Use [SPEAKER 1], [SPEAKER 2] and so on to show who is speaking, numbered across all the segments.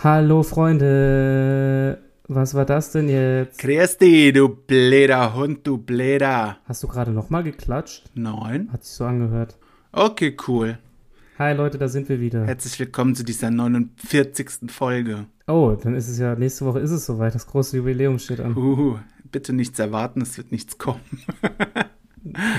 [SPEAKER 1] Hallo Freunde, was war das denn jetzt?
[SPEAKER 2] Christi, du bläder Hund, du bläder.
[SPEAKER 1] Hast du gerade nochmal geklatscht?
[SPEAKER 2] Nein.
[SPEAKER 1] Hat sich so angehört.
[SPEAKER 2] Okay, cool.
[SPEAKER 1] Hi Leute, da sind wir wieder.
[SPEAKER 2] Herzlich willkommen zu dieser 49. Folge.
[SPEAKER 1] Oh, dann ist es ja, nächste Woche ist es soweit, das große Jubiläum steht an.
[SPEAKER 2] Uh, bitte nichts erwarten, es wird nichts kommen.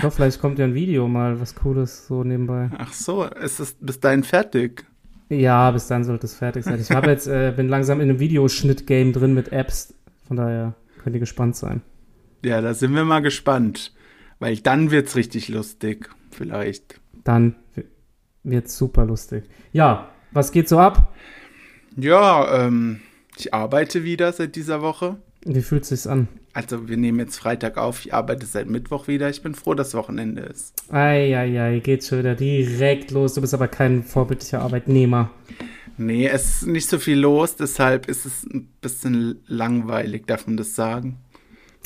[SPEAKER 1] Doch, vielleicht kommt ja ein Video mal, was Cooles so nebenbei.
[SPEAKER 2] Ach so, es ist bis dahin fertig.
[SPEAKER 1] Ja, bis dann sollte es fertig sein. Ich habe jetzt, äh, bin langsam in einem Videoschnitt-Game drin mit Apps, von daher könnt ihr gespannt sein.
[SPEAKER 2] Ja, da sind wir mal gespannt. Weil dann wird's richtig lustig. Vielleicht.
[SPEAKER 1] Dann w- wird's super lustig. Ja, was geht so ab?
[SPEAKER 2] Ja, ähm, ich arbeite wieder seit dieser Woche.
[SPEAKER 1] Wie fühlt sich's an?
[SPEAKER 2] Also, wir nehmen jetzt Freitag auf. Ich arbeite seit Mittwoch wieder. Ich bin froh, dass Wochenende ist.
[SPEAKER 1] Eieiei, geht schon wieder direkt los. Du bist aber kein vorbildlicher Arbeitnehmer.
[SPEAKER 2] Nee, es ist nicht so viel los, deshalb ist es ein bisschen langweilig, darf man das sagen?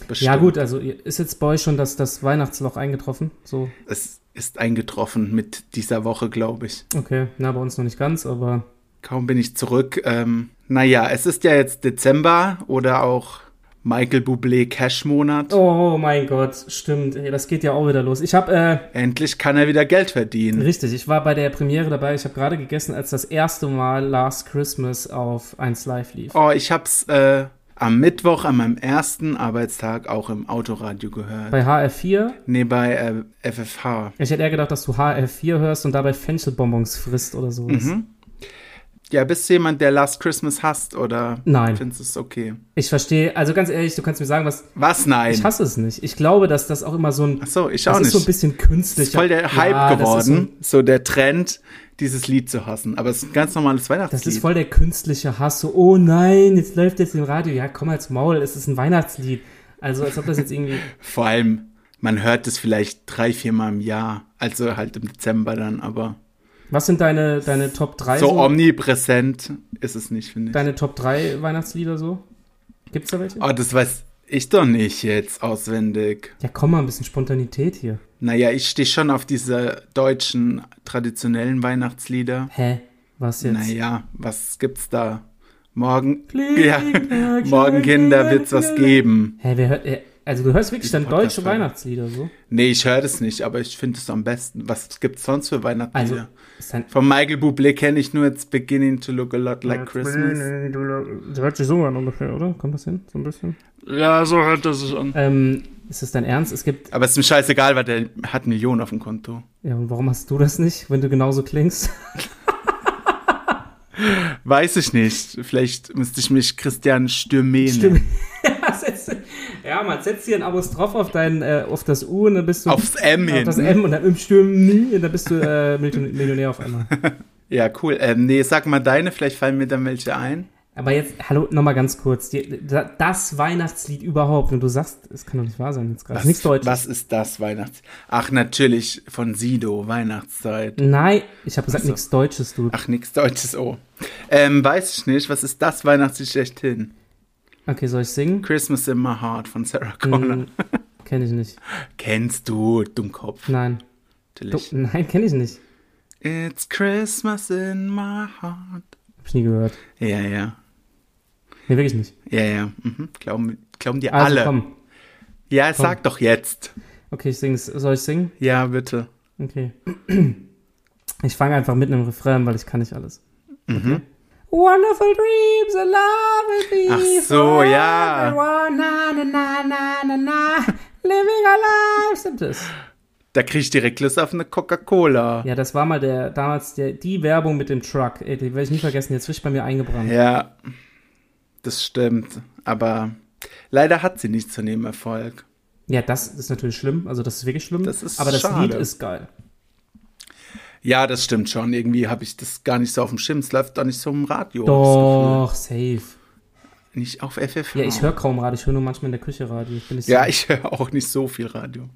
[SPEAKER 2] Bestimmt.
[SPEAKER 1] Ja, gut, also ist jetzt bei euch schon das, das Weihnachtsloch eingetroffen? So,
[SPEAKER 2] Es ist eingetroffen mit dieser Woche, glaube ich.
[SPEAKER 1] okay. Na, bei uns noch nicht ganz, aber
[SPEAKER 2] Kaum bin ich zurück. Ähm, naja, es ist ja jetzt Dezember oder auch Michael Bublé Cash-Monat.
[SPEAKER 1] Oh mein Gott, stimmt. Ey, das geht ja auch wieder los. Ich habe, äh,
[SPEAKER 2] Endlich kann er wieder Geld verdienen.
[SPEAKER 1] richtig, ich war bei der Premiere dabei. Ich habe gerade gegessen, als das erste Mal Last Christmas auf 1 Live lief.
[SPEAKER 2] Oh, ich hab's äh, am Mittwoch, an meinem ersten Arbeitstag, auch im Autoradio gehört.
[SPEAKER 1] Bei HR4,
[SPEAKER 2] nee, bei äh, FFH.
[SPEAKER 1] ich hätte eher gedacht, dass du HR4 hörst und dabei Fenchelbonbons frisst oder sowas.
[SPEAKER 2] Ja, bist du jemand, der Last Christmas hasst oder
[SPEAKER 1] Nein.
[SPEAKER 2] findest du es okay?
[SPEAKER 1] Ich verstehe, also ganz ehrlich, du kannst mir sagen, was.
[SPEAKER 2] Was? Nein.
[SPEAKER 1] Ich hasse es nicht. Ich glaube, dass das auch immer so ein.
[SPEAKER 2] Ach so, ich
[SPEAKER 1] das
[SPEAKER 2] auch
[SPEAKER 1] ist
[SPEAKER 2] nicht.
[SPEAKER 1] so ein bisschen künstlich.
[SPEAKER 2] ist voll der Hype
[SPEAKER 1] Das ist, so, ein-
[SPEAKER 2] geworden, so, der Trend, dieses Lied zu hassen. Aber es ist ein ganz normales
[SPEAKER 1] das
[SPEAKER 2] Weihnachtslied.
[SPEAKER 1] ist voll der künstliche Hass. So, oh nein, jetzt läuft jetzt im Radio. Ja, komm als Maul, es ist ein Weihnachtslied. Also, als ob das jetzt irgendwie.
[SPEAKER 2] Vor allem, man hört es vielleicht drei, viermal im Jahr. Also halt im Dezember dann, aber
[SPEAKER 1] Was sind deine, deine Top 3?
[SPEAKER 2] so um omnipräsent ist es nicht, finde ich.
[SPEAKER 1] deine Top 3 Weihnachtslieder so? Gibt's da welche?
[SPEAKER 2] oh, das weiß ich doch nicht jetzt auswendig.
[SPEAKER 1] Ja, komm mal, ein bisschen Spontanität hier.
[SPEAKER 2] Naja, ich stehe schon auf diese deutschen traditionellen Weihnachtslieder.
[SPEAKER 1] Hä? Was jetzt?
[SPEAKER 2] Naja, was gibt's da? Morgen,
[SPEAKER 1] Klick,
[SPEAKER 2] ja,
[SPEAKER 1] klack,
[SPEAKER 2] morgen
[SPEAKER 1] klack,
[SPEAKER 2] Kinder
[SPEAKER 1] klack,
[SPEAKER 2] wird's was
[SPEAKER 1] klack.
[SPEAKER 2] geben.
[SPEAKER 1] Hä, wer hört. äh, Also, du hörst wirklich
[SPEAKER 2] Diese
[SPEAKER 1] dann deutsche
[SPEAKER 2] Podcast-Folge.
[SPEAKER 1] Weihnachtslieder so?
[SPEAKER 2] Nee, ich höre das nicht, aber ich finde es am besten. Was gibt's sonst für
[SPEAKER 1] Also,
[SPEAKER 2] Weihnachtslieder?
[SPEAKER 1] ist dann.
[SPEAKER 2] Von Michael Bublé kenne ich nur jetzt Beginning to Look a Lot Like Christmas.
[SPEAKER 1] Du hört sich so an ungefähr, oder? Kommt das hin? So ein bisschen?
[SPEAKER 2] Ja, so hört das sich an.
[SPEAKER 1] Ähm, ist das dein Ernst? Es gibt.
[SPEAKER 2] Aber es ist mir scheißegal, weil der hat Millionen auf dem Konto.
[SPEAKER 1] Ja, und warum hast du das nicht, wenn du genauso klingst?
[SPEAKER 2] Weiß ich nicht. Vielleicht müsste ich mich Christian Stürme nennen.
[SPEAKER 1] Stimme. ja, setz, ja, man, setz dir ein Apostroph auf dein, äh, auf das U und dann bist du
[SPEAKER 2] Aufs M
[SPEAKER 1] auf
[SPEAKER 2] hin.
[SPEAKER 1] das M und dann im Stürmen und dann bist du äh, Million- Millionär auf einmal.
[SPEAKER 2] Ja, cool. Ähm, nee, sag mal deine, vielleicht fallen mir dann welche ein.
[SPEAKER 1] Aber jetzt, hallo, nochmal ganz kurz. Die, da- das Weihnachtslied überhaupt, und du sagst, es kann doch nicht wahr sein jetzt gerade. Nichts Deutsches.
[SPEAKER 2] Was ist das Weihnachts? Ach, natürlich von Sido, Weihnachtszeit.
[SPEAKER 1] Nein, ich habe gesagt,
[SPEAKER 2] so.
[SPEAKER 1] nichts Deutsches, du.
[SPEAKER 2] Ach, nix Deutsches, oh. Ähm, weiß ich nicht, was ist das Weihnachtslied schlechthin?
[SPEAKER 1] Okay, soll ich singen?
[SPEAKER 2] Christmas in my heart von Sarah Connor.
[SPEAKER 1] Hm, kenn ich nicht.
[SPEAKER 2] Kennst du, Dummkopf,
[SPEAKER 1] Nein. Du,
[SPEAKER 2] natürlich.
[SPEAKER 1] nein, kenn ich nicht.
[SPEAKER 2] It's Christmas in my heart.
[SPEAKER 1] Hab ich nie gehört.
[SPEAKER 2] Ja, ja.
[SPEAKER 1] Nee, wirklich nicht.
[SPEAKER 2] Ja, ja. Mhm. Glauben, glauben dir
[SPEAKER 1] Also
[SPEAKER 2] alle.
[SPEAKER 1] komm.
[SPEAKER 2] Ja, sag doch jetzt.
[SPEAKER 1] Okay, ich sing's. Soll ich singen?
[SPEAKER 2] Ja, bitte.
[SPEAKER 1] Okay. Ich fange einfach mit einem Refrain, weil ich kann nicht alles.
[SPEAKER 2] Mhm.
[SPEAKER 1] Okay. Wonderful dreams and love will be
[SPEAKER 2] Ach so, ja.
[SPEAKER 1] forever. Na, na, na, na, na, na. Living our lives. Stimmt es?
[SPEAKER 2] Da krieg ich direkt Lust auf eine Coca-Cola.
[SPEAKER 1] Ja, das war mal der, damals der, die Werbung mit dem Truck. Ey, die werde ich nie vergessen. Jetzt frisch bei mir eingebrannt.
[SPEAKER 2] Ja, das stimmt. Aber leider hat sie nicht zu dem Erfolg.
[SPEAKER 1] Ja, das ist natürlich schlimm. Also, das ist wirklich schlimm.
[SPEAKER 2] Das ist
[SPEAKER 1] Aber das
[SPEAKER 2] schade.
[SPEAKER 1] Lied ist geil.
[SPEAKER 2] Ja, das stimmt schon. Irgendwie habe ich das gar nicht so auf dem Schirm. Es läuft doch nicht so im Radio. hab ich
[SPEAKER 1] Doch, safe.
[SPEAKER 2] das Gefühl. Nicht auf FFH.
[SPEAKER 1] Ja, ich höre kaum Radio. Ich höre nur manchmal in der Küche Radio. Ich bin nicht so-
[SPEAKER 2] Ah. Ja, ich höre auch nicht so viel Radio.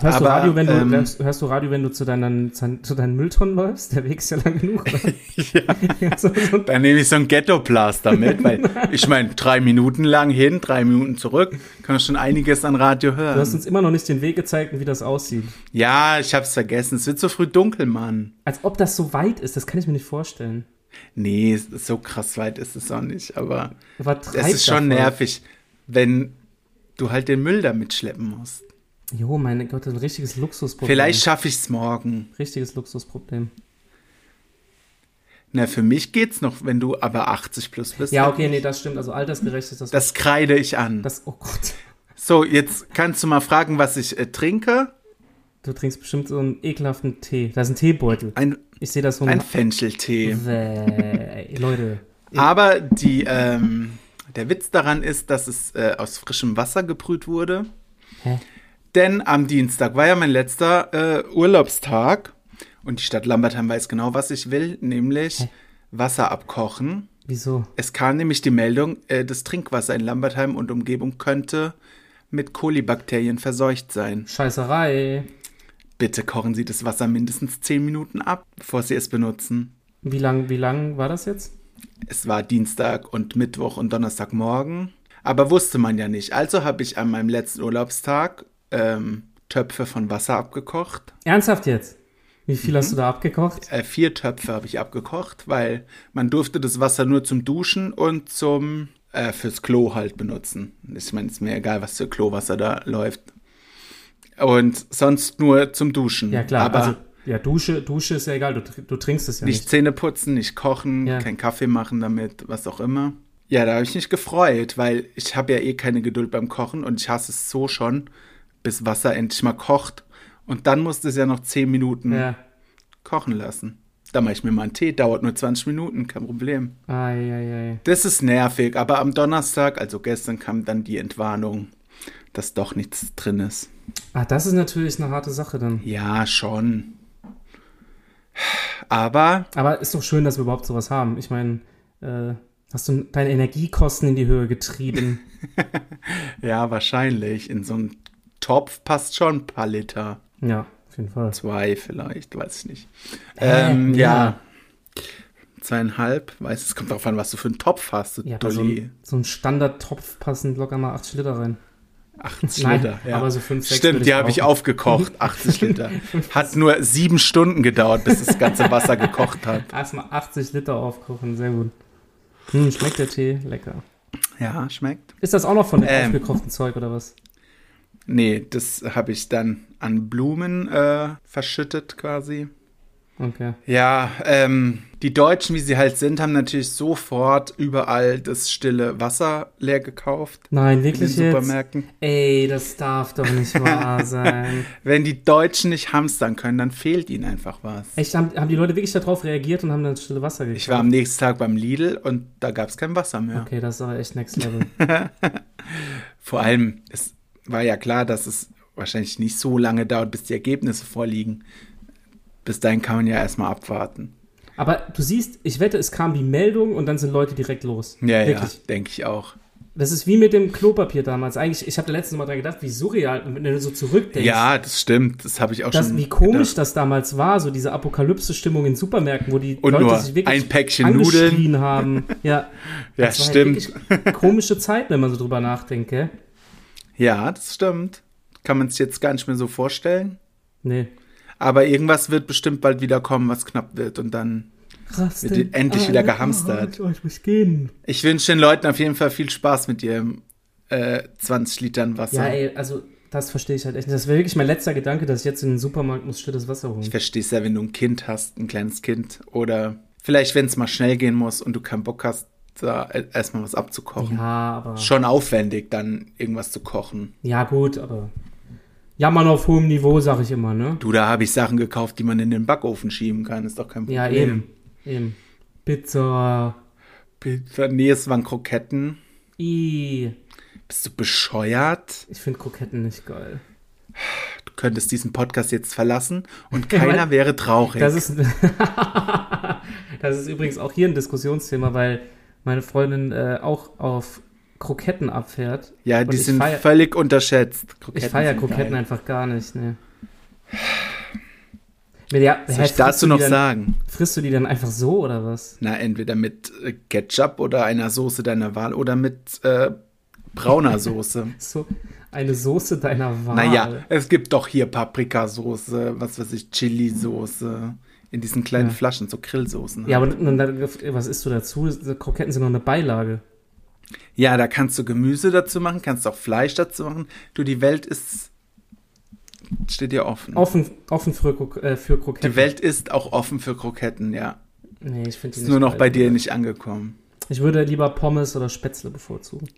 [SPEAKER 1] Hörst, du
[SPEAKER 2] Aber,
[SPEAKER 1] Radio, wenn du,
[SPEAKER 2] ähm,
[SPEAKER 1] hörst, hörst du Radio, wenn du zu deinen, zu deinen Mülltonnen läufst? Der Weg ist ja lang genug. oder? ja. so, so.
[SPEAKER 2] Dann nehme ich so einen Ghetto-Blaster mit, weil ich meine, drei Minuten lang hin, drei Minuten zurück, kann schon einiges an Radio
[SPEAKER 1] Du hast
[SPEAKER 2] hören.
[SPEAKER 1] uns immer noch nicht den Weg gezeigt und wie das aussieht.
[SPEAKER 2] Ja, ich hab's vergessen. Es wird so früh dunkel, Mann.
[SPEAKER 1] Als ob das so weit ist, das kann ich mir nicht vorstellen.
[SPEAKER 2] Nee, es ist so krass weit ist es auch nicht, aber
[SPEAKER 1] Übertreibt
[SPEAKER 2] es ist schon
[SPEAKER 1] davon.
[SPEAKER 2] nervig, wenn du halt den Müll damit schleppen musst.
[SPEAKER 1] Jo, mein Gott, das ist ein richtiges Luxusproblem.
[SPEAKER 2] Vielleicht schaffe ich es morgen.
[SPEAKER 1] Richtiges Luxusproblem.
[SPEAKER 2] Na, für mich geht's noch, wenn du aber 80 plus bist. ne?
[SPEAKER 1] Ja, okay, nee, das stimmt. Also altersgerecht ist das.
[SPEAKER 2] Das kreide ich an.
[SPEAKER 1] das oh Gott.
[SPEAKER 2] so, jetzt kannst du mal fragen, was ich äh, trinke.
[SPEAKER 1] Du trinkst bestimmt so einen ekelhaften Tee. Da ist ein Teebeutel.
[SPEAKER 2] Ein,
[SPEAKER 1] Ich sehe das so
[SPEAKER 2] ein Fencheltee.
[SPEAKER 1] Bäh, Leute.
[SPEAKER 2] Aber die, ähm, der Witz daran ist, dass es äh, aus frischem Wasser gebrüht wurde.
[SPEAKER 1] Hä?
[SPEAKER 2] Denn am Dienstag war ja mein letzter äh, Urlaubstag. Und die Stadt Lambertheim weiß genau, was ich will, nämlich Wasser abkochen.
[SPEAKER 1] Wieso?
[SPEAKER 2] Es kam nämlich die Meldung, äh, das Trinkwasser in Lambertheim und Umgebung könnte mit Kolibakterien verseucht sein.
[SPEAKER 1] Scheißerei.
[SPEAKER 2] Bitte kochen Sie das Wasser mindestens 10 Minuten ab, bevor Sie es benutzen.
[SPEAKER 1] Wie lang, wie lang war das jetzt?
[SPEAKER 2] Es war Dienstag und Mittwoch und Donnerstagmorgen. Aber wusste man ja nicht. Also habe ich an meinem letzten Urlaubstag ähm, Töpfe von Wasser abgekocht.
[SPEAKER 1] Ernsthaft jetzt? Wie viel hast du da abgekocht?
[SPEAKER 2] Äh, vier Töpfe habe ich abgekocht, weil man durfte das Wasser nur zum Duschen und zum äh, fürs Klo halt benutzen. Ich meine, ist mir egal, was für Klowasser da läuft. Und sonst nur zum Duschen.
[SPEAKER 1] Ja, klar.
[SPEAKER 2] Aber
[SPEAKER 1] also, ja, Dusche, Dusche ist ja egal. Du, tr- du trinkst es ja
[SPEAKER 2] nicht
[SPEAKER 1] nicht.
[SPEAKER 2] Zähne putzen, nicht kochen,
[SPEAKER 1] Ja.
[SPEAKER 2] keinen Kaffee machen damit, was auch immer. Ja, da habe ich mich gefreut, weil ich habe ja eh keine Geduld beim Kochen und ich hasse es so schon, bis Wasser endlich mal kocht. Und dann musste es ja noch 10 Minuten
[SPEAKER 1] Ja.
[SPEAKER 2] kochen lassen. Da mache ich mir mal einen Tee, dauert nur 20 Minuten, kein Problem.
[SPEAKER 1] Ei, ei, ei.
[SPEAKER 2] Das ist nervig, aber am Donnerstag, also gestern, kam dann die Entwarnung, dass doch nichts drin ist.
[SPEAKER 1] Ah, das ist natürlich eine harte Sache dann.
[SPEAKER 2] Ja, schon. Aber
[SPEAKER 1] Aber ist doch schön, dass wir überhaupt sowas haben. Ich meine, äh, hast du deine Energiekosten in die Höhe getrieben?
[SPEAKER 2] ja, wahrscheinlich. In so einen Topf passt schon ein paar Liter.
[SPEAKER 1] ja, auf jeden Fall.
[SPEAKER 2] Zwei vielleicht, weiß ich nicht.
[SPEAKER 1] Hä?
[SPEAKER 2] Ähm,
[SPEAKER 1] Ja.
[SPEAKER 2] ja. Zweieinhalb, weiß es kommt drauf an, was du für einen Topf hast, du
[SPEAKER 1] Ja, aber so
[SPEAKER 2] Dolly.
[SPEAKER 1] ein, so ein Standardtopf passen locker mal 80 Liter rein.
[SPEAKER 2] 80
[SPEAKER 1] Nein,
[SPEAKER 2] Liter. Ja.
[SPEAKER 1] aber so fünf, sechs würde
[SPEAKER 2] Stimmt,
[SPEAKER 1] ich
[SPEAKER 2] die habe ich
[SPEAKER 1] brauchen.
[SPEAKER 2] aufgekocht, 80 Liter. Hat nur sieben Stunden gedauert, bis das ganze Wasser gekocht hat.
[SPEAKER 1] Erstmal 80 Liter aufkochen, sehr gut. Hm, schmeckt der Tee? Lecker.
[SPEAKER 2] Ja, schmeckt.
[SPEAKER 1] Ist das auch noch von dem
[SPEAKER 2] Ähm.
[SPEAKER 1] aufgekochten Zeug oder was?
[SPEAKER 2] Nee, das habe ich dann an Blumen äh, verschüttet quasi.
[SPEAKER 1] Okay.
[SPEAKER 2] Ja, ähm, die Deutschen, wie sie halt sind, haben natürlich sofort überall das stille Wasser leer gekauft
[SPEAKER 1] Nein,
[SPEAKER 2] in den
[SPEAKER 1] wirklich jetzt?
[SPEAKER 2] Supermärkten.
[SPEAKER 1] Ey, das darf doch nicht wahr sein.
[SPEAKER 2] Wenn die Deutschen nicht hamstern können, dann fehlt ihnen einfach was.
[SPEAKER 1] Echt, haben, haben die Leute wirklich darauf reagiert und haben dann stille Wasser gekauft?
[SPEAKER 2] Ich war am nächsten Tag beim Lidl und da gab es kein Wasser mehr.
[SPEAKER 1] Okay, das ist aber echt next level.
[SPEAKER 2] Vor allem, es war ja klar, dass es wahrscheinlich nicht so lange dauert, bis die Ergebnisse vorliegen. Bis dahin kann man ja erstmal abwarten.
[SPEAKER 1] aber du siehst, ich wette, es kam die Meldung und dann sind Leute direkt los.
[SPEAKER 2] Ja,
[SPEAKER 1] wirklich.
[SPEAKER 2] ja, denke ich auch.
[SPEAKER 1] Das ist wie mit dem Klopapier damals. Eigentlich, ich habe da letztens mal dran gedacht, wie surreal, wenn du so zurückdenkst.
[SPEAKER 2] Ja, das stimmt. Das habe ich auch
[SPEAKER 1] Das,
[SPEAKER 2] schon.
[SPEAKER 1] wie komisch
[SPEAKER 2] gedacht.
[SPEAKER 1] das damals war, so diese Apokalypse-Stimmung in Supermärkten, wo die
[SPEAKER 2] Und
[SPEAKER 1] Leute
[SPEAKER 2] nur
[SPEAKER 1] sich wirklich
[SPEAKER 2] ein Päckchen
[SPEAKER 1] angeschrien
[SPEAKER 2] Nudeln.
[SPEAKER 1] haben. Ja,
[SPEAKER 2] Ja,
[SPEAKER 1] das war
[SPEAKER 2] stimmt.
[SPEAKER 1] Halt wirklich komische Zeit, wenn man so drüber nachdenkt, gell?
[SPEAKER 2] Ja, das stimmt. Kann man sich jetzt gar nicht mehr so vorstellen.
[SPEAKER 1] Nee.
[SPEAKER 2] Aber irgendwas wird bestimmt bald wieder kommen, was knapp wird. Und dann.
[SPEAKER 1] Rasten,
[SPEAKER 2] Wird endlich wieder gehamstert.
[SPEAKER 1] Oh, ich muss gehen.
[SPEAKER 2] Ich wünsche den Leuten auf jeden Fall viel Spaß mit ihrem äh, 20 Litern
[SPEAKER 1] Ja,
[SPEAKER 2] Wasser.
[SPEAKER 1] ey, also das verstehe ich halt echt nicht. Das wäre wirklich mein letzter Gedanke, dass ich jetzt in den Supermarkt muss stilles Wasser holen.
[SPEAKER 2] ich verstehe es ja, wenn du ein Kind hast, ein kleines Kind. Oder vielleicht, wenn es mal schnell gehen muss und du keinen Bock hast, da e- erstmal was abzukochen.
[SPEAKER 1] Ja, aber.
[SPEAKER 2] Schon aufwendig, dann irgendwas zu kochen.
[SPEAKER 1] Ja, gut, aber. Jammern auf hohem Niveau, sag ich immer, ne?
[SPEAKER 2] Du, da habe ich Sachen gekauft, die man in den Backofen schieben kann. Ist doch kein Problem.
[SPEAKER 1] Ja, eben. Eben. Pizza.
[SPEAKER 2] Pizza, nee, es waren Kroketten.
[SPEAKER 1] I.
[SPEAKER 2] Bist du bescheuert?
[SPEAKER 1] Ich finde Kroketten nicht geil.
[SPEAKER 2] Du könntest diesen Podcast jetzt verlassen und
[SPEAKER 1] Weil-
[SPEAKER 2] keiner wäre traurig.
[SPEAKER 1] Das ist, das ist übrigens auch hier ein Diskussionsthema, weil meine Freundin äh, auch auf Kroketten abfährt.
[SPEAKER 2] ja,
[SPEAKER 1] Und
[SPEAKER 2] die
[SPEAKER 1] ich
[SPEAKER 2] sind
[SPEAKER 1] feier-
[SPEAKER 2] völlig unterschätzt. Kroketten
[SPEAKER 1] Ich feiere
[SPEAKER 2] sind
[SPEAKER 1] Kroketten
[SPEAKER 2] geil.
[SPEAKER 1] einfach gar nicht, ne. Ja,
[SPEAKER 2] Was
[SPEAKER 1] hä,
[SPEAKER 2] soll ich
[SPEAKER 1] frisst du
[SPEAKER 2] dazu
[SPEAKER 1] die
[SPEAKER 2] noch
[SPEAKER 1] dann,
[SPEAKER 2] sagen?
[SPEAKER 1] Frisst du die dann einfach so oder was?
[SPEAKER 2] Na, entweder mit äh, Ketchup oder einer Soße deiner Wahl oder mit äh, brauner Soße.
[SPEAKER 1] So eine Soße deiner Wahl.
[SPEAKER 2] naja, es gibt doch hier Paprikasoße, was weiß ich, Chili-Soße, In diesen kleinen Flaschen, so Grillsoßen.
[SPEAKER 1] Ja, aber dann, dann, was isst du dazu? Kroketten sind noch eine Beilage.
[SPEAKER 2] Ja, da kannst du Gemüse dazu machen, kannst auch Fleisch dazu machen. Du, die Welt ist. steht dir offen.
[SPEAKER 1] Offen, offen für, Krok- äh, für Kroketten.
[SPEAKER 2] Die Welt ist auch offen für Kroketten, ja.
[SPEAKER 1] Nee, ich finde die
[SPEAKER 2] Ist nur noch
[SPEAKER 1] geil.
[SPEAKER 2] bei dir nicht angekommen.
[SPEAKER 1] Ich würde lieber Pommes oder Spätzle bevorzugen.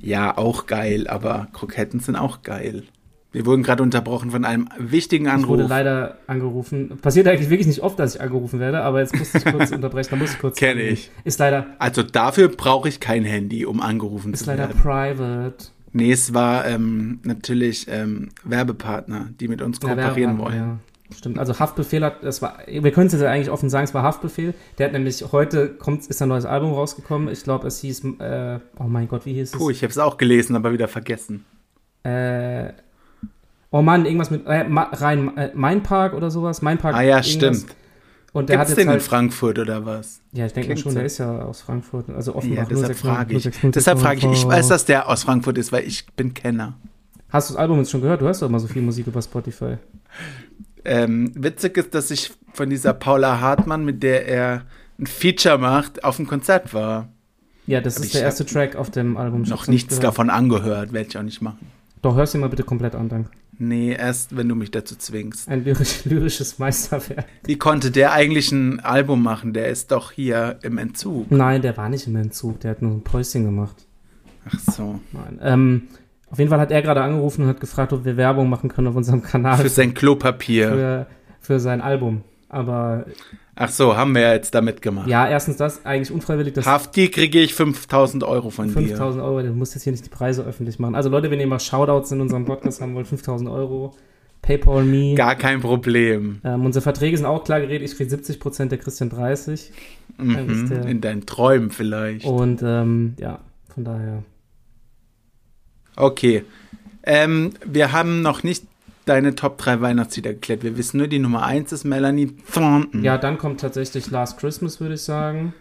[SPEAKER 2] Ja, auch geil, aber Kroketten sind auch geil. Wir wurden gerade unterbrochen von einem wichtigen
[SPEAKER 1] Ich wurde
[SPEAKER 2] Anruf.
[SPEAKER 1] leider angerufen. Passiert eigentlich wirklich nicht oft, dass ich angerufen werde, aber jetzt musste ich kurz unterbrechen. Da muss ich kurz.
[SPEAKER 2] Kenn ich.
[SPEAKER 1] Ist leider,
[SPEAKER 2] Also dafür brauche ich kein Handy, um angerufen
[SPEAKER 1] ist
[SPEAKER 2] zu
[SPEAKER 1] leider
[SPEAKER 2] werden.
[SPEAKER 1] private.
[SPEAKER 2] Nee, es war ähm, natürlich ähm, Werbepartner, die mit uns
[SPEAKER 1] Ja, wer
[SPEAKER 2] kooperieren
[SPEAKER 1] war-
[SPEAKER 2] wollen.
[SPEAKER 1] Ja. Stimmt, also Haftbefehl hat, das war, wir können es jetzt eigentlich offen sagen, es war Haftbefehl. Der hat nämlich heute, kommt, ist ein neues Album rausgekommen. Ich glaube, es hieß, äh, oh mein Gott, wie hieß es?
[SPEAKER 2] Puh, ich habe es auch gelesen, aber wieder vergessen.
[SPEAKER 1] Äh, oh Mann, irgendwas mit äh, Ma- rein äh, Mein Park oder sowas. Mein Park.
[SPEAKER 2] Ah ja,
[SPEAKER 1] irgendwas.
[SPEAKER 2] stimmt.
[SPEAKER 1] Und der
[SPEAKER 2] Gibt's
[SPEAKER 1] hat
[SPEAKER 2] den
[SPEAKER 1] jetzt
[SPEAKER 2] in
[SPEAKER 1] halt,
[SPEAKER 2] Frankfurt oder was?
[SPEAKER 1] ja, ich denke mal
[SPEAKER 2] Klingt
[SPEAKER 1] schon,
[SPEAKER 2] so.
[SPEAKER 1] der ist ja aus Frankfurt, also
[SPEAKER 2] Ja,
[SPEAKER 1] Offenbach.
[SPEAKER 2] deshalb
[SPEAKER 1] 060,
[SPEAKER 2] frage ich.
[SPEAKER 1] 060,
[SPEAKER 2] Deshalb frage ich. Ich weiß,
[SPEAKER 1] das.
[SPEAKER 2] dass der aus Frankfurt ist, weil ich bin Kenner.
[SPEAKER 1] Hast du das Album jetzt schon gehört? Du hörst doch immer so viel Musik über Spotify.
[SPEAKER 2] Ähm, witzig ist, dass ich von dieser Paula Hartmann, mit der er ein Feature macht, auf dem Konzert war.
[SPEAKER 1] Ja, das
[SPEAKER 2] Aber
[SPEAKER 1] ist
[SPEAKER 2] ich
[SPEAKER 1] der erste Track auf dem Album. Ich
[SPEAKER 2] Noch
[SPEAKER 1] hab's nicht
[SPEAKER 2] nichts
[SPEAKER 1] gehört.
[SPEAKER 2] davon angehört, werde ich auch nicht machen.
[SPEAKER 1] Doch, hörst du mal bitte komplett an, danke.
[SPEAKER 2] Nee, erst wenn du mich dazu zwingst.
[SPEAKER 1] Ein lyrisch, lyrisches Meisterwerk.
[SPEAKER 2] Wie konnte der eigentlich ein Album machen? Der ist doch hier im Entzug.
[SPEAKER 1] Nein, der war nicht im Entzug, der hat nur ein Päuschen gemacht.
[SPEAKER 2] Ach so.
[SPEAKER 1] Nein. Ähm, auf jeden Fall hat er gerade angerufen und hat gefragt, ob wir Werbung machen können auf unserem
[SPEAKER 2] Für
[SPEAKER 1] Kanal
[SPEAKER 2] sein Klopapier.
[SPEAKER 1] für, für sein Album. Aber
[SPEAKER 2] Ach so, haben wir ja jetzt damit gemacht.
[SPEAKER 1] ja, erstens das, eigentlich unfreiwillig, das
[SPEAKER 2] Hafti kriege ich 5000 Euro von dir.
[SPEAKER 1] 5000 Euro, du musst jetzt hier nicht die Preise öffentlich machen. Also Leute, wenn ihr mal Shoutouts in unserem Podcast haben wollt, 5000 Euro, Paypal Me.
[SPEAKER 2] Gar kein Problem.
[SPEAKER 1] Ähm, unsere Verträge sind auch klar geredet, ich kriege 70 Prozent, der Christian 30.
[SPEAKER 2] Mhm.
[SPEAKER 1] ist der-
[SPEAKER 2] In deinen Träumen vielleicht.
[SPEAKER 1] Und ähm, ja, von daher.
[SPEAKER 2] Okay. Ähm, wir haben noch nicht deine Top 3 Weihnachtslieder geklärt. Wir wissen nur, die Nummer 1 ist Melanie Thornton.
[SPEAKER 1] Ja, dann kommt tatsächlich Last Christmas, würde ich sagen.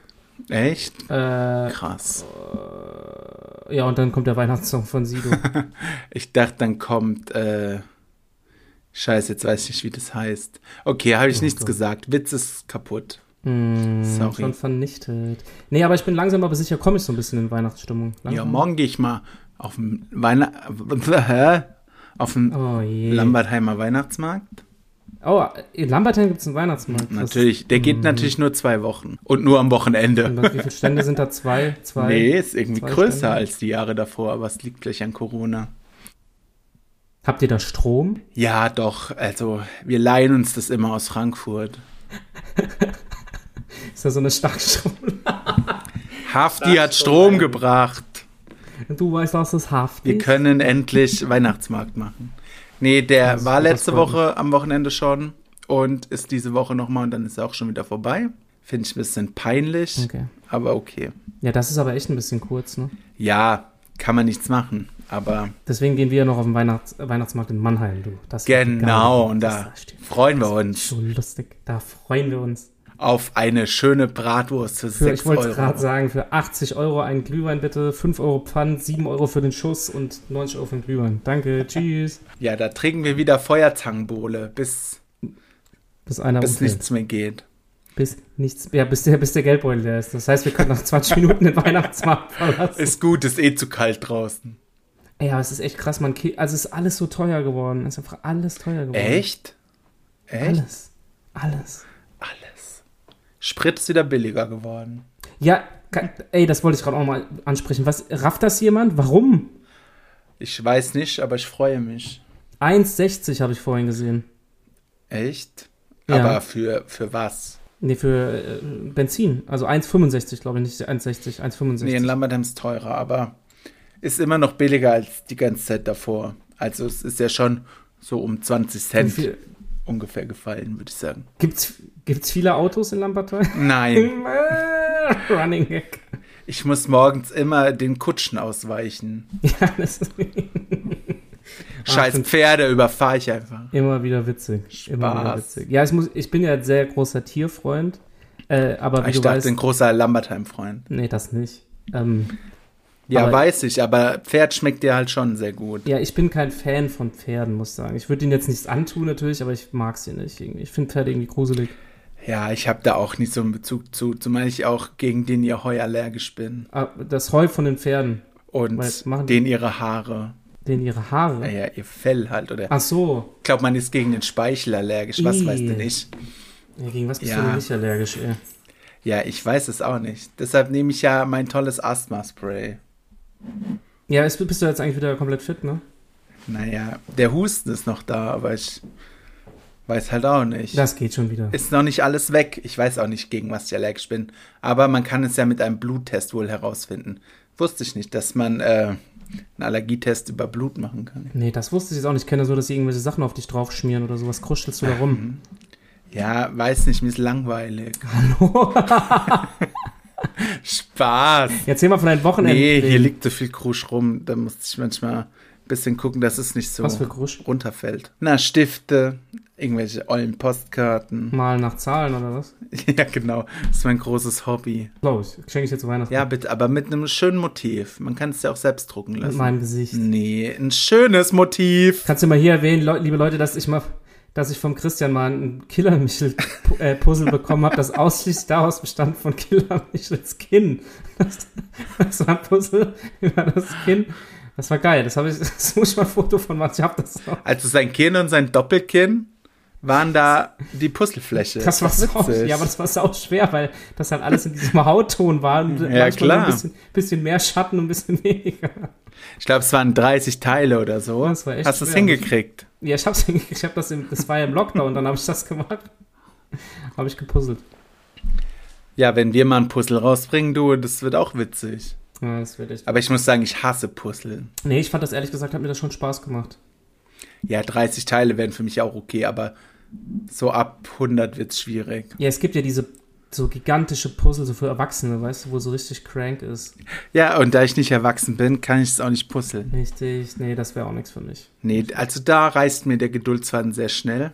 [SPEAKER 2] Echt?
[SPEAKER 1] Äh,
[SPEAKER 2] Krass.
[SPEAKER 1] ja, und dann kommt der Weihnachtssong von Sido.
[SPEAKER 2] Ich dachte, dann kommt. Äh, Scheiße, jetzt weiß ich nicht, wie das heißt. Okay, habe ich
[SPEAKER 1] Oh
[SPEAKER 2] nichts
[SPEAKER 1] Gott.
[SPEAKER 2] gesagt. Witz ist kaputt.
[SPEAKER 1] Hm,
[SPEAKER 2] Sorry.
[SPEAKER 1] Schon vernichtet. Nee, aber ich bin langsam aber sicher, komme ich so ein bisschen in Weihnachtsstimmung.
[SPEAKER 2] Ja,
[SPEAKER 1] Langsam.
[SPEAKER 2] morgen gehe ich mal auf den Weihnacht. Hä? Auf den
[SPEAKER 1] Oh je.
[SPEAKER 2] Lambertheimer Weihnachtsmarkt.
[SPEAKER 1] oh, in Lambertheim gibt es einen Weihnachtsmarkt. Was-
[SPEAKER 2] Natürlich. Der
[SPEAKER 1] mhm.
[SPEAKER 2] geht natürlich nur zwei Wochen. Und nur am Wochenende.
[SPEAKER 1] Was, wie viele Stände sind da? Zwei? Zwei?
[SPEAKER 2] Nee, ist irgendwie
[SPEAKER 1] zwei
[SPEAKER 2] größer
[SPEAKER 1] Stände.
[SPEAKER 2] als die Jahre davor, aber es liegt vielleicht an Corona.
[SPEAKER 1] Habt ihr da Strom?
[SPEAKER 2] Ja, doch. Also, wir leihen uns das immer aus Frankfurt.
[SPEAKER 1] Ist da so eine Starkstrom?
[SPEAKER 2] Hafti hat Strom gebracht.
[SPEAKER 1] Du weißt, was das Haft
[SPEAKER 2] Wir
[SPEAKER 1] ist.
[SPEAKER 2] können endlich Weihnachtsmarkt machen. Nee, der
[SPEAKER 1] Das-
[SPEAKER 2] war
[SPEAKER 1] das
[SPEAKER 2] letzte
[SPEAKER 1] freut mich.
[SPEAKER 2] Woche am Wochenende schon und ist diese Woche nochmal und dann ist er auch schon wieder vorbei. Finde ich ein bisschen peinlich,
[SPEAKER 1] Okay.
[SPEAKER 2] aber okay.
[SPEAKER 1] Ja, das ist aber echt ein bisschen kurz, ne?
[SPEAKER 2] Ja, kann man nichts machen, aber
[SPEAKER 1] Deswegen gehen wir ja noch auf den Weihnachts äh, Weihnachtsmarkt in Mannheim, du. Das wird
[SPEAKER 2] genau,
[SPEAKER 1] geil.
[SPEAKER 2] und
[SPEAKER 1] Das-
[SPEAKER 2] da
[SPEAKER 1] das steht-
[SPEAKER 2] freuen wir
[SPEAKER 1] ist
[SPEAKER 2] uns
[SPEAKER 1] So lustig. Da freuen wir uns.
[SPEAKER 2] auf eine schöne Bratwurst für
[SPEAKER 1] Für,
[SPEAKER 2] 6
[SPEAKER 1] ich wollte es gerade
[SPEAKER 2] Euro.
[SPEAKER 1] sagen, für 80 Euro einen Glühwein bitte, 5 Euro Pfand, 7 Euro für den Schuss und 90 Euro für den Glühwein. Danke, tschüss.
[SPEAKER 2] Ja, da trinken wir wieder Feuerzangenbowle, bis,
[SPEAKER 1] Bis einer
[SPEAKER 2] bis
[SPEAKER 1] umfällt.
[SPEAKER 2] nichts mehr geht.
[SPEAKER 1] Bis nichts. Ja, bis der, bis der Geldbeutel leer ist. Das heißt, wir können nach 20 Minuten den Weihnachtsmarkt verlassen.
[SPEAKER 2] Ist gut, ist eh zu kalt draußen.
[SPEAKER 1] Ey, aber es ist echt krass, man. ki- Also, es ist alles so teuer geworden. Es ist einfach alles teuer geworden.
[SPEAKER 2] Echt? Echt?
[SPEAKER 1] Alles. Alles.
[SPEAKER 2] Alles. Sprit ist wieder billiger geworden.
[SPEAKER 1] Ja, ka- ey, das wollte ich gerade auch mal ansprechen. Was rafft das jemand? Warum?
[SPEAKER 2] Ich weiß nicht, aber ich freue mich.
[SPEAKER 1] 1,60 habe ich vorhin gesehen.
[SPEAKER 2] Echt?
[SPEAKER 1] Ja.
[SPEAKER 2] Aber für, für was?
[SPEAKER 1] Nee, für äh, Benzin. Also 1,65, glaube ich, nicht 1,60,
[SPEAKER 2] Nee, in
[SPEAKER 1] 1,65.
[SPEAKER 2] Lambertheim ist teurer, aber ist immer noch billiger als die ganze Zeit davor. Also es ist ja schon so um 20
[SPEAKER 1] Wie
[SPEAKER 2] Cent
[SPEAKER 1] viel-
[SPEAKER 2] ungefähr gefallen, würde ich sagen.
[SPEAKER 1] Gibt's, gibt's viele Autos in Lambertheim?
[SPEAKER 2] Nein,
[SPEAKER 1] Running Gag.
[SPEAKER 2] ich muss morgens immer den Kutschen ausweichen.
[SPEAKER 1] Ja, das ist Ah,
[SPEAKER 2] Scheiß
[SPEAKER 1] sind-
[SPEAKER 2] Pferde überfahre ich einfach.
[SPEAKER 1] immer wieder witzig. Immer wieder
[SPEAKER 2] Spaß.
[SPEAKER 1] witzig. Ja, ich, muss, ich bin ja ein sehr großer Tierfreund. Äh, aber wie
[SPEAKER 2] Ich
[SPEAKER 1] du
[SPEAKER 2] dachte,
[SPEAKER 1] weißt.
[SPEAKER 2] ein großer Lambertheim-Freund.
[SPEAKER 1] Nee, das nicht. Ähm,
[SPEAKER 2] Ja,
[SPEAKER 1] Aber-
[SPEAKER 2] weiß ich, aber Pferd schmeckt dir halt schon sehr gut.
[SPEAKER 1] ja, ich bin kein Fan von Pferden, muss ich sagen. Ich würde ihnen jetzt nichts antun, natürlich, aber ich mag sie nicht. Irgendwie. Ich finde Pferde irgendwie gruselig.
[SPEAKER 2] Ja, ich habe da auch nicht so einen Bezug zu, zumal ich auch gegen den ihr Heu allergisch bin.
[SPEAKER 1] Ah, Das Heu von den Pferden, Was
[SPEAKER 2] Und
[SPEAKER 1] machen die?
[SPEAKER 2] den ihre Haare.
[SPEAKER 1] denen ihre Haare.
[SPEAKER 2] Naja, ihr Fell halt, oder?
[SPEAKER 1] Ach so.
[SPEAKER 2] Ich glaube, man ist gegen den Speichel allergisch, was
[SPEAKER 1] Ah. Ih.
[SPEAKER 2] weißt du nicht?
[SPEAKER 1] Ja, gegen was bist
[SPEAKER 2] Ja.
[SPEAKER 1] du denn nicht allergisch, ey?
[SPEAKER 2] Ja, ich weiß es auch nicht. Deshalb nehme ich ja mein tolles Asthma-Spray.
[SPEAKER 1] Ja, ist, bist du jetzt eigentlich wieder komplett fit, ne?
[SPEAKER 2] Naja, der Husten ist noch da, aber ich weiß halt auch nicht.
[SPEAKER 1] Das geht schon wieder.
[SPEAKER 2] ist noch nicht alles weg. Ich weiß auch nicht, gegen was ich allergisch bin. Aber man kann es ja mit einem Bluttest wohl herausfinden. Wusste ich nicht, dass man äh, einen Allergietest über Blut machen kann.
[SPEAKER 1] Nee, das wusste ich jetzt auch nicht. Ich kenne das nur, dass sie irgendwelche Sachen auf dich draufschmieren oder sowas. Kruschelst du da
[SPEAKER 2] Mhm.
[SPEAKER 1] rum?
[SPEAKER 2] Ja, weiß nicht, mir ist langweilig. Spaß.
[SPEAKER 1] Erzähl mal von deinen Wochenenden.
[SPEAKER 2] Nee, hier liegt so viel Krusch rum. Da musste ich manchmal ein bisschen gucken, dass es nicht so
[SPEAKER 1] Was für Krusch?
[SPEAKER 2] runterfällt. Na, Stifte, irgendwelche ollen Postkarten.
[SPEAKER 1] Mal nach Zahlen oder was?
[SPEAKER 2] ja, genau. Das ist mein großes Hobby.
[SPEAKER 1] Glaube ich. Schenke ich dir zu Weihnachten.
[SPEAKER 2] Ja, bitte, aber mit einem schönen Motiv. Man kann es ja auch selbst drucken
[SPEAKER 1] Mit
[SPEAKER 2] lassen.
[SPEAKER 1] meinem Gesicht.
[SPEAKER 2] Nee, ein schönes Motiv.
[SPEAKER 1] Kannst du mal hier erwähnen, Leu liebe Leute, dass ich mal, dass ich vom Christian mal ein Killer-Michel-Puzzle bekommen habe, das ausschließlich daraus bestand von Killer-Michels Kinn. Das, das war ein Puzzle über das Kinn. Das war geil. Das habe ich, das muss ich mal ein Foto von machen. Ich habe das noch.
[SPEAKER 2] Also sein Kinn und sein Doppelkinn waren da die Puzzlefläche.
[SPEAKER 1] Das war sau,
[SPEAKER 2] witzig.
[SPEAKER 1] ja, aber das war sau schwer, weil das halt alles in diesem Hautton war und manchmal nur
[SPEAKER 2] klar.
[SPEAKER 1] ein bisschen, bisschen mehr Schatten und ein bisschen weniger.
[SPEAKER 2] ich glaube, es waren 30 Teile oder so.
[SPEAKER 1] Das war echt
[SPEAKER 2] Hast du es
[SPEAKER 1] schwer.
[SPEAKER 2] hingekriegt?
[SPEAKER 1] Ja, ich hab's, hingekriegt. ich hab das im, das war ja im Lockdown, dann habe ich das gemacht. Habe ich gepuzzelt.
[SPEAKER 2] Ja, wenn wir mal ein Puzzle rausbringen, du, das wird auch witzig.
[SPEAKER 1] Ja, das wird echt.
[SPEAKER 2] Aber ich muss sagen, ich hasse Puzzle.
[SPEAKER 1] Nee, ich fand das ehrlich gesagt, hat mir das schon Spaß gemacht.
[SPEAKER 2] Ja, 30 Teile wären für mich auch okay, aber so ab 100 wird's schwierig.
[SPEAKER 1] Ja, es gibt ja diese so gigantische Puzzle, so für Erwachsene, weißt du, wo so richtig crank ist.
[SPEAKER 2] Ja, und da ich nicht erwachsen bin, kann ich es auch nicht puzzeln.
[SPEAKER 1] Richtig, nee, das wäre auch nichts für mich.
[SPEAKER 2] Nee, also da reißt mir der Geduldsfaden sehr schnell.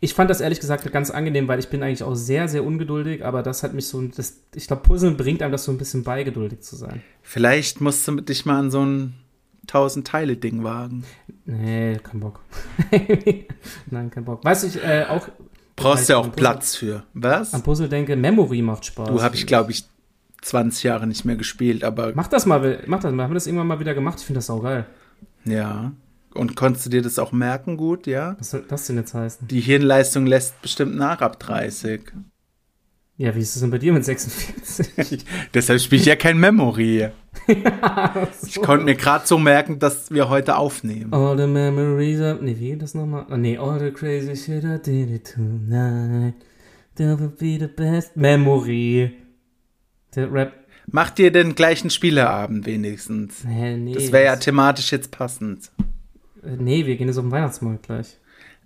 [SPEAKER 1] Ich fand das ehrlich gesagt ganz angenehm, weil ich bin eigentlich auch sehr, sehr ungeduldig, aber das hat mich so, ein- das, ich glaube, Puzzeln bringt einem das so ein bisschen bei, geduldig zu sein.
[SPEAKER 2] Vielleicht musst du dich mal an so ein 1000-Teile-Ding wagen.
[SPEAKER 1] Nee, kein Bock. Nein, kein Bock. Weiß ich äh, auch
[SPEAKER 2] Brauchst
[SPEAKER 1] Ja,
[SPEAKER 2] ja
[SPEAKER 1] ich
[SPEAKER 2] auch
[SPEAKER 1] bin
[SPEAKER 2] Platz für. Was?
[SPEAKER 1] am Puzzle denke, Memory macht Spaß.
[SPEAKER 2] Du habe ich, glaube ich, 20 Jahre nicht mehr gespielt, aber
[SPEAKER 1] Mach das mal, Will. mach das mal. Haben wir das irgendwann mal wieder gemacht? Ich finde das saugeil.
[SPEAKER 2] ja. Und konntest du dir das auch merken gut, ja?
[SPEAKER 1] Was soll das denn jetzt heißen?
[SPEAKER 2] Die Hirnleistung lässt bestimmt nach ab 30.
[SPEAKER 1] Ja, wie ist es denn bei dir mit 46?
[SPEAKER 2] Deshalb spiele ich ja kein Memory. Ich konnte mir gerade so merken, dass wir heute aufnehmen.
[SPEAKER 1] All the memories of... Nee, wie geht das nochmal? Oh, nee, all the crazy shit I did it tonight. That would be the best memory. Der Rap...
[SPEAKER 2] Mach dir den gleichen Spieleabend wenigstens.
[SPEAKER 1] Nee, nee.
[SPEAKER 2] Das wäre ja thematisch jetzt passend.
[SPEAKER 1] Äh, Nee, wir gehen jetzt auf den Weihnachtsmarkt gleich.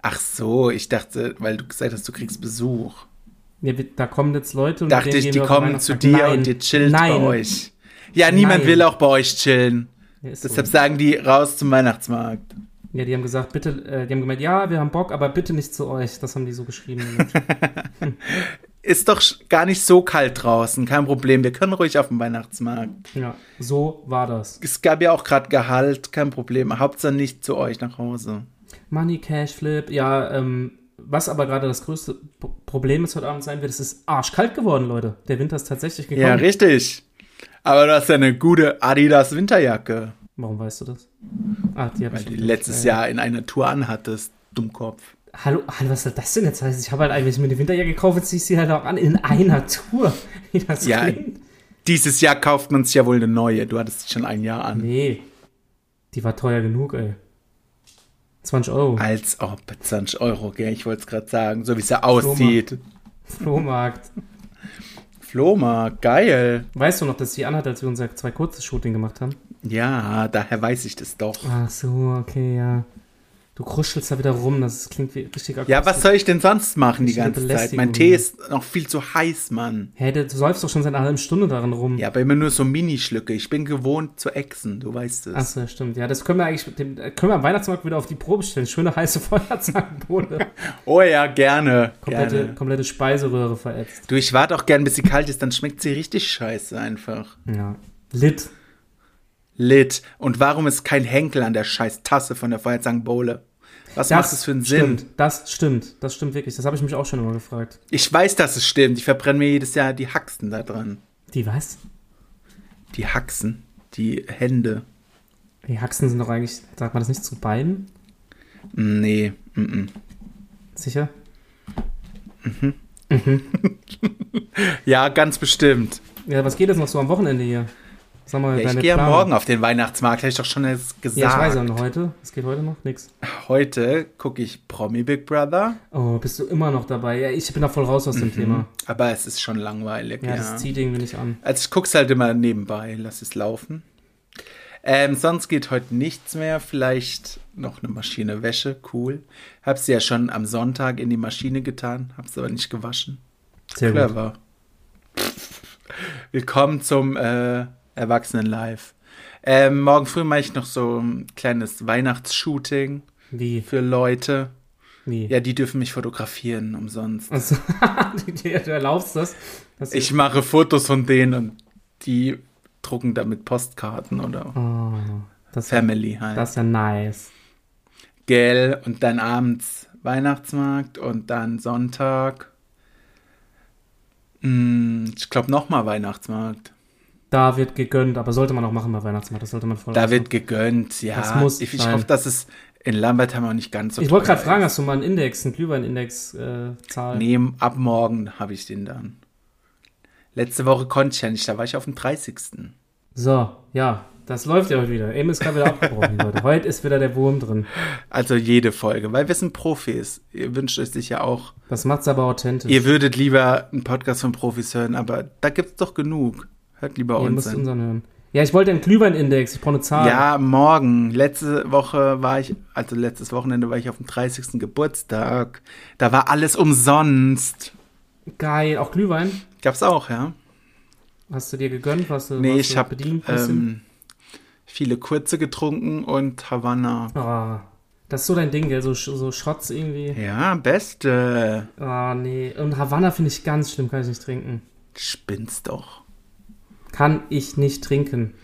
[SPEAKER 2] Ach so, ich dachte, weil du gesagt hast, du kriegst Besuch.
[SPEAKER 1] Ja, wir, da kommen jetzt Leute und mit
[SPEAKER 2] Dachte
[SPEAKER 1] denen
[SPEAKER 2] ich,
[SPEAKER 1] gehen
[SPEAKER 2] die
[SPEAKER 1] wir auf den
[SPEAKER 2] kommen zu
[SPEAKER 1] Weihnachtsmarkt.
[SPEAKER 2] dir
[SPEAKER 1] Nein.
[SPEAKER 2] und ihr chillt
[SPEAKER 1] Nein.
[SPEAKER 2] bei euch. Ja, niemand
[SPEAKER 1] Nein.
[SPEAKER 2] will auch bei euch chillen.
[SPEAKER 1] Ja, ist
[SPEAKER 2] Deshalb
[SPEAKER 1] so.
[SPEAKER 2] sagen die raus zum Weihnachtsmarkt.
[SPEAKER 1] Ja, die haben gesagt, bitte... Äh, die haben gemeint, ja, wir haben Bock, aber bitte nicht zu euch. Das haben die so geschrieben.
[SPEAKER 2] Ist doch sch- gar nicht so kalt draußen, kein Problem. Wir können ruhig auf den Weihnachtsmarkt.
[SPEAKER 1] ja, so war das.
[SPEAKER 2] Es gab ja auch gerade Gehalt, kein Problem. Hauptsache nicht zu euch nach Hause.
[SPEAKER 1] Money, Cash, Flip, ja, ähm, was aber gerade das größte P Problem ist heute Abend sein wird, es ist arschkalt geworden, Leute. Der Winter ist tatsächlich gekommen.
[SPEAKER 2] Ja, richtig. Aber du hast ja eine gute Adidas Winterjacke,
[SPEAKER 1] Warum weißt du das? Ah, die hab
[SPEAKER 2] weil
[SPEAKER 1] ich
[SPEAKER 2] du
[SPEAKER 1] schon
[SPEAKER 2] die letztes
[SPEAKER 1] benutzt, ja,
[SPEAKER 2] Jahr in einer Tour anhattest, Dummkopf.
[SPEAKER 1] ja. Hallo, hallo, was soll das denn jetzt heißen? Ich habe halt eigentlich mir eine Winterjacke gekauft und ziehe ich sie halt auch an in einer Tour. Wie das
[SPEAKER 2] Ja.
[SPEAKER 1] klingt.
[SPEAKER 2] Dieses Jahr kauft man sich ja wohl eine neue. Du hattest sie schon ein Jahr an.
[SPEAKER 1] Nee. Die war teuer genug, ey. 20 Euro.
[SPEAKER 2] Als ob 20 Euro, gell? Ich wollte es gerade sagen, so wie es ja aussieht.
[SPEAKER 1] Flohmarkt.
[SPEAKER 2] Flohmarkt, geil.
[SPEAKER 1] Weißt du noch, dass ich die anhat, als wir unser zwei kurzes Shooting gemacht haben?
[SPEAKER 2] Ja, daher weiß ich das doch.
[SPEAKER 1] Ach so, okay, ja. Du kruschelst da wieder rum, das klingt wie richtig
[SPEAKER 2] Ja, was soll ich denn sonst machen die
[SPEAKER 1] Richtige
[SPEAKER 2] ganze Zeit?
[SPEAKER 1] Belästigung.
[SPEAKER 2] Mein Tee ist noch viel zu heiß, Mann.
[SPEAKER 1] Hä, hey, du säufst doch schon seit einer halben Stunde darin rum.
[SPEAKER 2] Ja, aber immer nur so Minischlücke. Ich bin gewohnt zu ächzen, du weißt es.
[SPEAKER 1] Achso, stimmt. Ja, das können wir eigentlich, mit dem, äh, können wir am Weihnachtsmarkt wieder auf die Probe stellen. Schöne heiße Feuerzangenbowle.
[SPEAKER 2] Oh ja, ne. gerne.
[SPEAKER 1] komplette,
[SPEAKER 2] gerne.
[SPEAKER 1] komplette Speiseröhre verätzt.
[SPEAKER 2] Du, ich warte auch gern, bis sie kalt ist, dann schmeckt sie richtig scheiße einfach.
[SPEAKER 1] Ja. Lit.
[SPEAKER 2] Lit. Und warum ist kein Henkel an der scheiß Tasse von der Feuerzangenbowle? Was
[SPEAKER 1] Das
[SPEAKER 2] macht es für einen Sinn?
[SPEAKER 1] Stimmt, das stimmt. Das stimmt wirklich. Das habe ich mich auch schon immer gefragt.
[SPEAKER 2] Ich weiß, dass es stimmt. Ich verbrenne mir jedes Jahr die Haxen da dran.
[SPEAKER 1] Die was?
[SPEAKER 2] Die Haxen. Die Hände.
[SPEAKER 1] Die Haxen sind doch eigentlich, sagt man das nicht zu Beinen?
[SPEAKER 2] Nee. Mm -mm.
[SPEAKER 1] Sicher?
[SPEAKER 2] Ja, ganz bestimmt.
[SPEAKER 1] Ja, was geht jetzt noch so am Wochenende hier? Sag mal,
[SPEAKER 2] Ja, ich
[SPEAKER 1] deine
[SPEAKER 2] gehe ja
[SPEAKER 1] Planung.
[SPEAKER 2] morgen auf den Weihnachtsmarkt, hätte ich doch schon erst gesagt.
[SPEAKER 1] Ja, ich weiß ja noch heute. Was geht heute noch? Nix.
[SPEAKER 2] Heute gucke ich Promi Big Brother,
[SPEAKER 1] Oh, bist du immer noch dabei? Ja, ich bin da voll raus aus dem Thema.
[SPEAKER 2] aber es ist schon langweilig.
[SPEAKER 1] Ja,
[SPEAKER 2] Mhm. Ja,
[SPEAKER 1] das zieht irgendwie nicht an.
[SPEAKER 2] Also ich guck's halt immer nebenbei, lass es laufen. Ähm, sonst geht heute nichts mehr. Vielleicht noch eine Maschine Wäsche, cool. Hab sie ja schon am Sonntag in die Maschine getan, hab's aber nicht gewaschen.
[SPEAKER 1] Sehr gut.
[SPEAKER 2] Clever. Willkommen zum äh, Erwachsenen-Live. Ähm, morgen früh mache ich noch so ein kleines Weihnachtsshooting
[SPEAKER 1] Wie?
[SPEAKER 2] für Leute.
[SPEAKER 1] Wie?
[SPEAKER 2] Ja, die dürfen mich fotografieren umsonst.
[SPEAKER 1] Also, du erlaubst das? Dass
[SPEAKER 2] Ich mache Fotos von denen und die drucken damit Postkarten oder
[SPEAKER 1] Oh, das, ist ja-
[SPEAKER 2] Family halt.
[SPEAKER 1] das ist ja nice.
[SPEAKER 2] Gell, und dann abends Weihnachtsmarkt und dann Sonntag. Hm, ich glaube nochmal Weihnachtsmarkt.
[SPEAKER 1] Da wird gegönnt, aber sollte man auch machen bei Weihnachtsmarkt. Das sollte man voll
[SPEAKER 2] Da wird gegönnt, ja.
[SPEAKER 1] Das muss
[SPEAKER 2] ich ich
[SPEAKER 1] sein.
[SPEAKER 2] hoffe, dass es in Lambertheim auch nicht ganz so
[SPEAKER 1] Ich wollte
[SPEAKER 2] teuer
[SPEAKER 1] gerade fragen,
[SPEAKER 2] ist.
[SPEAKER 1] hast du mal einen Index, einen Glühwein-Index-Zahl? Äh, Zahl?
[SPEAKER 2] Nee, ab morgen habe ich den dann. Letzte Woche konnte ich ja nicht, da war ich auf dem 30.
[SPEAKER 1] So, ja, das läuft ja heute wieder. Eben ist gerade wieder abgebrochen, Leute. Heute ist wieder der Wurm drin.
[SPEAKER 2] Also jede Folge, weil wir sind Profis. Ihr wünscht euch sicher auch.
[SPEAKER 1] Das macht's aber authentisch.
[SPEAKER 2] Ihr würdet lieber einen Podcast von Profis hören, aber da gibt's doch genug. Hört lieber
[SPEAKER 1] Ihr
[SPEAKER 2] uns
[SPEAKER 1] müsst
[SPEAKER 2] an.
[SPEAKER 1] unseren hören. Ja, ich wollte einen Glühwein-Index. Ich brauche eine Zahl.
[SPEAKER 2] Ja, morgen. Letzte Woche war ich, also letztes Wochenende war ich auf dem 30. Geburtstag. Da war alles umsonst.
[SPEAKER 1] Geil. Auch Glühwein?
[SPEAKER 2] Gab's auch, ja?
[SPEAKER 1] Hast du dir gegönnt? Hast du,
[SPEAKER 2] Nee,
[SPEAKER 1] Also warst
[SPEAKER 2] ich
[SPEAKER 1] du
[SPEAKER 2] habe
[SPEAKER 1] bedient? ein bisschen?
[SPEAKER 2] ähm, viele kurze getrunken und Havanna.
[SPEAKER 1] Ah, das ist so dein Ding, gell? So, so Shots irgendwie.
[SPEAKER 2] Ja, beste.
[SPEAKER 1] Ah, nee. Und Havanna finde ich ganz schlimm. Kann ich nicht trinken.
[SPEAKER 2] Spinnst doch.
[SPEAKER 1] Kann ich nicht trinken.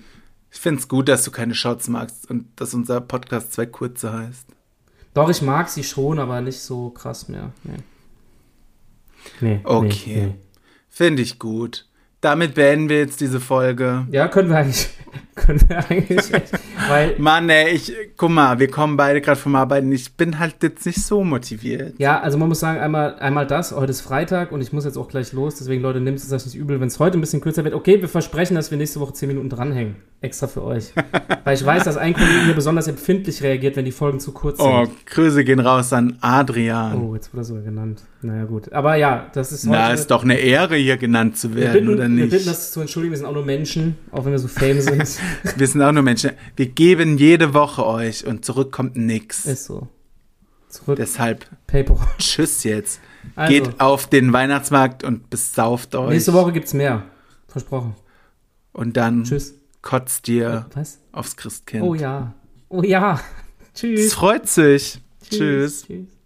[SPEAKER 2] Ich find's gut, dass du keine Shots magst und dass unser Podcast zwei kurze heißt.
[SPEAKER 1] Doch, ich mag sie schon, aber nicht so krass mehr. Nee. Nee.
[SPEAKER 2] Okay.
[SPEAKER 1] Nee,
[SPEAKER 2] Finde ich gut. Damit beenden wir jetzt diese Folge.
[SPEAKER 1] nee. Ja, können wir eigentlich. Können wir eigentlich. echt, weil
[SPEAKER 2] Mann, ey, ich, guck mal, wir kommen beide gerade vom Arbeiten. Ich bin halt jetzt nicht so motiviert.
[SPEAKER 1] Ja, also man muss sagen, einmal, einmal das, heute ist Freitag und ich muss jetzt auch gleich los, deswegen Leute, nehmt es euch nicht übel, wenn es heute ein bisschen kürzer wird. Okay, wir versprechen, dass wir nächste Woche 10 Minuten dranhängen. Extra für euch. Weil ich weiß, dass ein Kollege hier besonders empfindlich reagiert, wenn die Folgen zu kurz
[SPEAKER 2] Oh,
[SPEAKER 1] sind.
[SPEAKER 2] Grüße gehen raus an Adrian.
[SPEAKER 1] Oh, jetzt wurde er sogar genannt. Naja, gut. Aber ja, das ist
[SPEAKER 2] Na,
[SPEAKER 1] heute-
[SPEAKER 2] ist doch eine Ehre, hier genannt zu
[SPEAKER 1] wir
[SPEAKER 2] werden,
[SPEAKER 1] bitten,
[SPEAKER 2] oder nicht?
[SPEAKER 1] Wir bitten, das zu entschuldigen, wir sind auch nur Menschen, auch wenn wir so fame sind.
[SPEAKER 2] Wir sind auch nur Menschen. Wir geben jede Woche euch und zurück kommt nix.
[SPEAKER 1] ist so. Zurück,
[SPEAKER 2] Deshalb
[SPEAKER 1] Paypal.
[SPEAKER 2] tschüss jetzt.
[SPEAKER 1] Also,
[SPEAKER 2] Geht auf den Weihnachtsmarkt und besauft euch. Mhm.
[SPEAKER 1] nächste Woche gibt's mehr. Versprochen.
[SPEAKER 2] Und dann
[SPEAKER 1] Tschüss.
[SPEAKER 2] kotzt ihr
[SPEAKER 1] Was?
[SPEAKER 2] aufs Christkind.
[SPEAKER 1] Oh ja. Oh ja. Tschüss.
[SPEAKER 2] Es freut sich. Tschüss.
[SPEAKER 1] Tschüss.